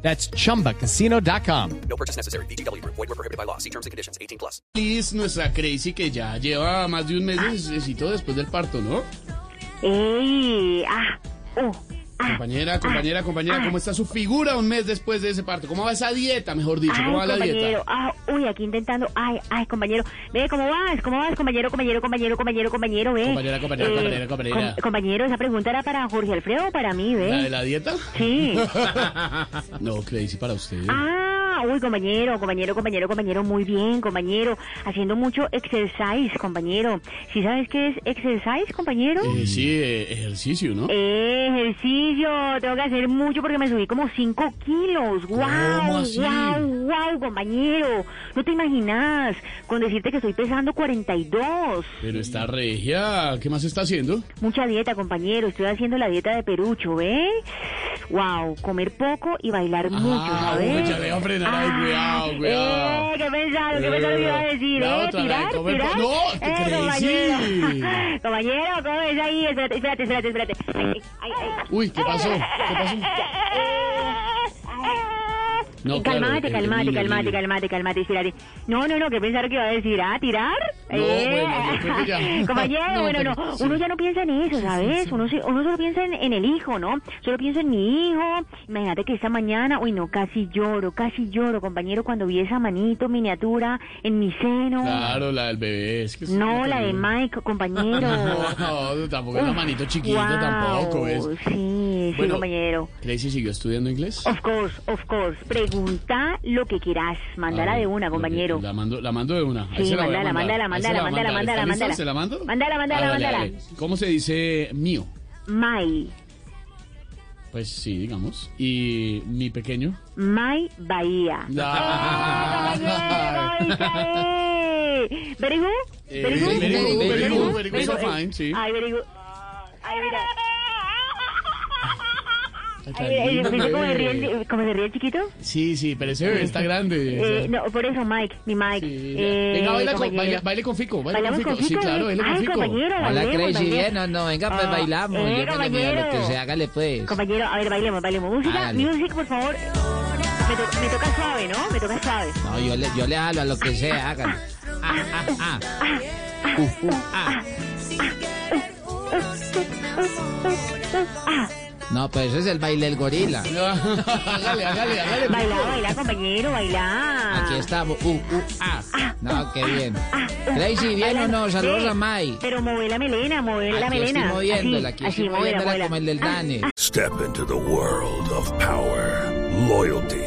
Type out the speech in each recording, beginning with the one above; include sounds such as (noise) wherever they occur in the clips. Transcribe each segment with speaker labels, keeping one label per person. Speaker 1: That's chumbacasino.com.
Speaker 2: No purchase necessary. BGW. Void were prohibited by law. See terms and conditions. 18 plus.
Speaker 3: Liz, nuestra Crazy, que ya lleva más de un mes de necesito después del parto, ¿no?
Speaker 4: ¡Ey! ¡Ah! ¡Uh! ¡Ah!
Speaker 3: Compañera, compañera, compañera, ¿cómo está su figura un mes después de ese parto? ¿Cómo va esa dieta, mejor dicho? ¿Cómo va
Speaker 4: ¡Ay,
Speaker 3: la
Speaker 4: compañero!
Speaker 3: dieta?
Speaker 4: ¡Ah! ¡Uy! Aquí intentando. ¡Ay, ay, compañero! Ve, ¿cómo vas? ¿Cómo vas, compañero, compañero, compañero, compañero, compañero? Ve. Eh,
Speaker 3: Compañera, compañera, compañera, compañera.
Speaker 4: com- compañero, esa pregunta era para Jorge Alfredo o para mí,
Speaker 3: ¿La de
Speaker 4: ¿ve?
Speaker 3: la dieta?
Speaker 4: Sí.
Speaker 3: (laughs) No, Crazy, para usted.
Speaker 4: ¡Ah! ¡Uy, compañero, compañero, compañero, compañero! Muy bien, compañero. Haciendo mucho exercise, compañero. ¿Sí sabes qué es exercise, compañero?
Speaker 3: Eh, sí, eh, ejercicio, ¿no?
Speaker 4: Eh, ejercicio, tengo que hacer mucho porque me subí como 5 kilos. ¡Guau!
Speaker 3: así?
Speaker 4: ¡Guau! ¡Guau, compañero! No te imaginas con decirte que estoy pesando 42.
Speaker 3: Pero está regia, ¿qué más está haciendo?
Speaker 4: Mucha dieta, compañero. Estoy haciendo la dieta de Perucho, ¿eh? ¡Wow! Comer poco y bailar mucho,
Speaker 3: Ah,
Speaker 4: ¿sabes?
Speaker 3: uy, ya veo frenar, ay, cuidado, cuidado.
Speaker 4: Eh, qué pensado, qué pensado que iba a decir,
Speaker 3: La
Speaker 4: eh,
Speaker 3: otra, la de
Speaker 4: tirar,
Speaker 3: comer
Speaker 4: tirar.
Speaker 3: po- ¡No, te
Speaker 4: eh,
Speaker 3: creí,
Speaker 4: compañero. (laughs) Compañero, ¿cómo es ahí? Espérate, espérate, espérate, espérate. Ay, ay, ay.
Speaker 3: Uy, ¿qué
Speaker 4: (laughs)
Speaker 3: pasó? ¿Qué pasó? No, claro,
Speaker 4: Eh. calmate,
Speaker 3: el- el
Speaker 4: calmate,
Speaker 3: niño, el
Speaker 4: calmate,
Speaker 3: niño.
Speaker 4: calmate, calmate, espérate. No, no, no, que pensaron que iba a decir, ¿ah, tirar?
Speaker 3: No, bueno, yo creo que ya.
Speaker 4: (laughs) Compañero,
Speaker 3: No,
Speaker 4: bueno,
Speaker 3: pero
Speaker 4: no,
Speaker 3: sí.
Speaker 4: uno ya no piensa en eso, ¿sabes? Uno, se- uno solo piensa en, en el hijo, ¿no? Solo piensa en mi hijo. Imagínate que esta mañana, uy, no, casi lloro, casi lloro, compañero, cuando vi esa manito miniatura en mi seno.
Speaker 3: Claro, la del bebé, es que sí,
Speaker 4: No, la de
Speaker 3: (laughs) también.
Speaker 4: Mike, compañero.
Speaker 3: (laughs) No, tampoco es la
Speaker 4: Uf,
Speaker 3: manito chiquita,
Speaker 4: guau.
Speaker 3: tampoco es.
Speaker 4: Sí, sí,
Speaker 3: Bueno,
Speaker 4: compañero.
Speaker 3: Crazy siguió estudiando inglés.
Speaker 4: Of course, of course. Pregunta lo que quieras. Mandala
Speaker 3: Ay,
Speaker 4: de una,
Speaker 3: lo que-
Speaker 4: compañero.
Speaker 3: Ah, La mando, la mando de una. Ahí
Speaker 4: Sí,
Speaker 3: se la voy a mandar.
Speaker 4: mandala, mandala,
Speaker 3: Ahí se
Speaker 4: mandala, mandala,
Speaker 3: voy a mandar.
Speaker 4: mandala,
Speaker 3: ¿Está lista?
Speaker 4: mandala.
Speaker 3: ¿Se la mando?
Speaker 4: Mandala, mandala,
Speaker 3: Ah, dale,
Speaker 4: mandala.
Speaker 3: dale. ¿Cómo se dice mío?
Speaker 4: My,
Speaker 3: Pues sí, digamos. ¿Y mi pequeño?
Speaker 4: my Bahía.
Speaker 3: (laughs) Ah.
Speaker 4: Very good.
Speaker 3: Eh,
Speaker 4: Very
Speaker 3: very
Speaker 4: good.
Speaker 3: good,
Speaker 4: Very
Speaker 3: very
Speaker 4: good,
Speaker 3: good, very good, so fine, sí.
Speaker 4: Ay, very good. Ay, mira. Ay,
Speaker 3: Ay,
Speaker 4: eh,
Speaker 3: tan
Speaker 4: ¿viste cómo se ríe
Speaker 3: lindo,
Speaker 4: el- cómo se ríe el chiquito?
Speaker 3: Sí, sí, pero ese bebé está grande.
Speaker 4: Eh, no, por eso, Mike, mi Mike.
Speaker 3: Sí,
Speaker 4: eh,
Speaker 3: Venga, baila con,
Speaker 4: compañero.
Speaker 3: baile, baile con Fico. Baile
Speaker 4: ¿Bailamos
Speaker 3: con Fico. Sí, claro, baile con
Speaker 4: Ay,
Speaker 3: Fico.
Speaker 4: compañero,
Speaker 5: Hola,
Speaker 4: bailemos,
Speaker 5: Crazy,
Speaker 4: bailemos.
Speaker 5: bien, no, no, venga, pues
Speaker 4: Ah,
Speaker 5: bailamos.
Speaker 4: eh,
Speaker 5: yo me le mido a lo que
Speaker 4: compañero.
Speaker 5: sea, hágale pues.
Speaker 4: Compañero, a ver, bailemos,
Speaker 5: Ah,
Speaker 4: bailemos. Música,
Speaker 5: Hágale.
Speaker 4: music, por favor. Me, to- me toca suave, ¿no? Me toca suave.
Speaker 5: No, yo le, yo le jalo a lo que sea, hágale. Ah, ah, ah. Uh, uh, ah. No, pues ese es el baile del gorila. (laughs)
Speaker 3: Hágale, hágale, hágale.
Speaker 4: Baila, baila, compañero, baila.
Speaker 5: Aquí estamos. Uh, uh, ah. No, qué bien. Crazy, bien o no, saludos
Speaker 4: Sí,
Speaker 5: a Mai.
Speaker 4: Pero mueve la melena, mueve la
Speaker 5: Aquí estoy
Speaker 4: melena.
Speaker 5: moviéndola, aquí
Speaker 4: así,
Speaker 5: estoy
Speaker 4: así, muévela,
Speaker 5: moviéndola como el
Speaker 4: muévela.
Speaker 5: del Dane.
Speaker 6: Step into the world of power, loyalty,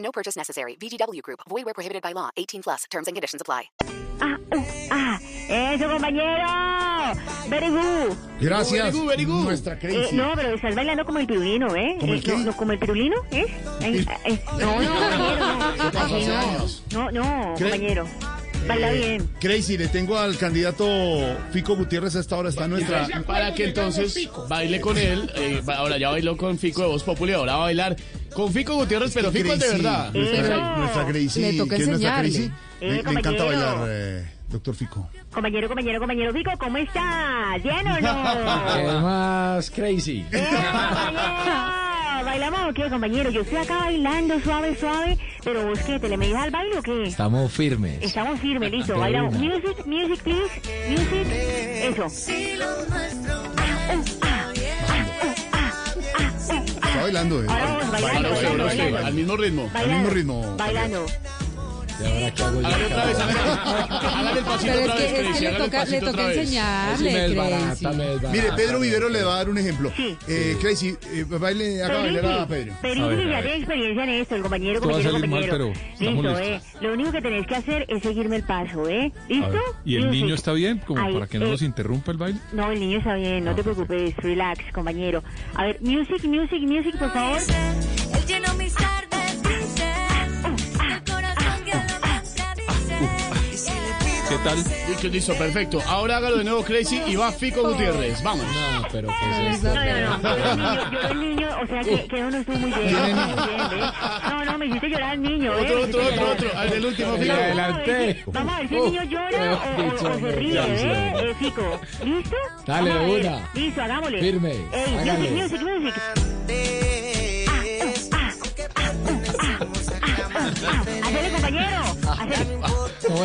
Speaker 7: No purchase necessary. VGW Group. Void where prohibited by law. 18 plus. Terms and conditions apply.
Speaker 4: Ah, uh, ah, eso, compañero. Very good.
Speaker 3: Gracias. Nuestra
Speaker 4: Eh, no, pero estás bailando como el pirulino, ¿eh?
Speaker 3: ¿Como el
Speaker 4: Eh,
Speaker 3: qué?
Speaker 4: No, no, como el pirulino, ¿eh? Eh, eh, no, no,
Speaker 3: ¿Qué pasó,
Speaker 4: compañero,
Speaker 3: señores?
Speaker 4: no. No, no, compañero.
Speaker 3: Eh.
Speaker 4: Baila bien.
Speaker 8: Crazy, le tengo al candidato Fico Gutiérrez a esta hora. Está nuestra.
Speaker 3: para que entonces baile con él. eh, ba- ahora ya bailó con Fico de Voz Populi, ahora va a bailar con Fico Gutiérrez, pero Fico es de
Speaker 8: Crazy,
Speaker 3: verdad.
Speaker 8: Nuestra,
Speaker 4: Eso.
Speaker 8: nuestra Crazy.
Speaker 9: Le toca
Speaker 8: que es nuestra
Speaker 9: enseñarle.
Speaker 8: Crazy,
Speaker 4: Eh,
Speaker 8: le, le encanta
Speaker 4: compañero.
Speaker 8: bailar, eh, doctor Fico.
Speaker 4: Compañero, compañero, compañero Vico, ¿cómo estás? ¿Bien
Speaker 3: (laughs)
Speaker 4: o no?
Speaker 5: más crazy?
Speaker 4: ¡Eh, compañero! ¿Bailamos o qué, compañero? Yo estoy acá bailando suave, suave, pero vos qué, ¿te le medís al baile o qué?
Speaker 5: Estamos firmes.
Speaker 4: Estamos firmes, listo, bailamos.
Speaker 5: una.
Speaker 4: Music, music, please. Music. Eso.
Speaker 8: Está bailando, eh.
Speaker 4: Ahora vamos
Speaker 3: Ahora
Speaker 4: bailando,
Speaker 3: bailó,
Speaker 8: eh.
Speaker 4: bailando,
Speaker 3: sí,
Speaker 4: bailando.
Speaker 3: al mismo ritmo.
Speaker 8: Al mismo ritmo.
Speaker 4: Bailando.
Speaker 3: Hágale otra vez, hágale, hágale el
Speaker 9: (laughs)
Speaker 3: pasito
Speaker 9: Pero es
Speaker 3: otra vez,
Speaker 9: que, es
Speaker 3: Crazy,
Speaker 9: que le
Speaker 3: hágale el
Speaker 9: toca, le
Speaker 3: pasito otra
Speaker 9: toca
Speaker 3: vez.
Speaker 9: enseñarle, Crazy.
Speaker 8: Mire, Pedro Vivero le va a dar un ejemplo.
Speaker 9: Hmm.
Speaker 8: Eh, Crazy, eh, baile, haga bailar a Pedro.
Speaker 4: Perigi ya tiene experiencia en esto, el compañero,
Speaker 10: Esto va a
Speaker 4: compañero,
Speaker 10: salir mal,
Speaker 4: compañero.
Speaker 10: pero estamos
Speaker 4: Listo, eh.
Speaker 10: listos.
Speaker 4: Lo único que tenés que hacer es seguirme el paso, ¿eh? ¿Listo?
Speaker 10: ¿Y el
Speaker 4: Music.
Speaker 10: niño está bien? Como
Speaker 4: Ahí,
Speaker 10: para que no
Speaker 4: eh,
Speaker 10: nos interrumpa el baile. Ah,
Speaker 4: No, el niño está bien, no te preocupes, relax, compañero. A ver, music, music, music, por favor.
Speaker 9: Él llenó mis tardes, dice. El corazón que lo
Speaker 8: Uh,
Speaker 9: contradice. Y si le pido
Speaker 10: ¿Qué tal?
Speaker 3: Listo, listo, perfecto. Ahora hágalo de nuevo, Crazy, y va Fico Gutiérrez. Vamos.
Speaker 5: pero ¿qué es
Speaker 4: No,
Speaker 5: esto?
Speaker 4: no, no, yo era el niño, yo era el niño, o sea que, que no estuvo muy bien. muy bien, ¿ves? No, no, me hiciste llorar al niño, ¿eh?
Speaker 3: Otro, otro,
Speaker 4: Me hiciste
Speaker 3: otro,
Speaker 4: llorar.
Speaker 3: otro. Al del último,
Speaker 4: Vamos
Speaker 3: Fico.
Speaker 4: a ver si- Vamos a ver si el niño llora o, o- o se ríe, ¿eh? Eh, Fico, ¿listo?
Speaker 5: Dale,
Speaker 4: Vamos a ver.
Speaker 5: una.
Speaker 4: Listo, hagámosle.
Speaker 5: Firme,
Speaker 4: Ey,
Speaker 5: hágale.
Speaker 4: music, music, music. Ah, ah, ah, ah, ah, Hacele, compañero. Hacele,
Speaker 5: ¿Cómo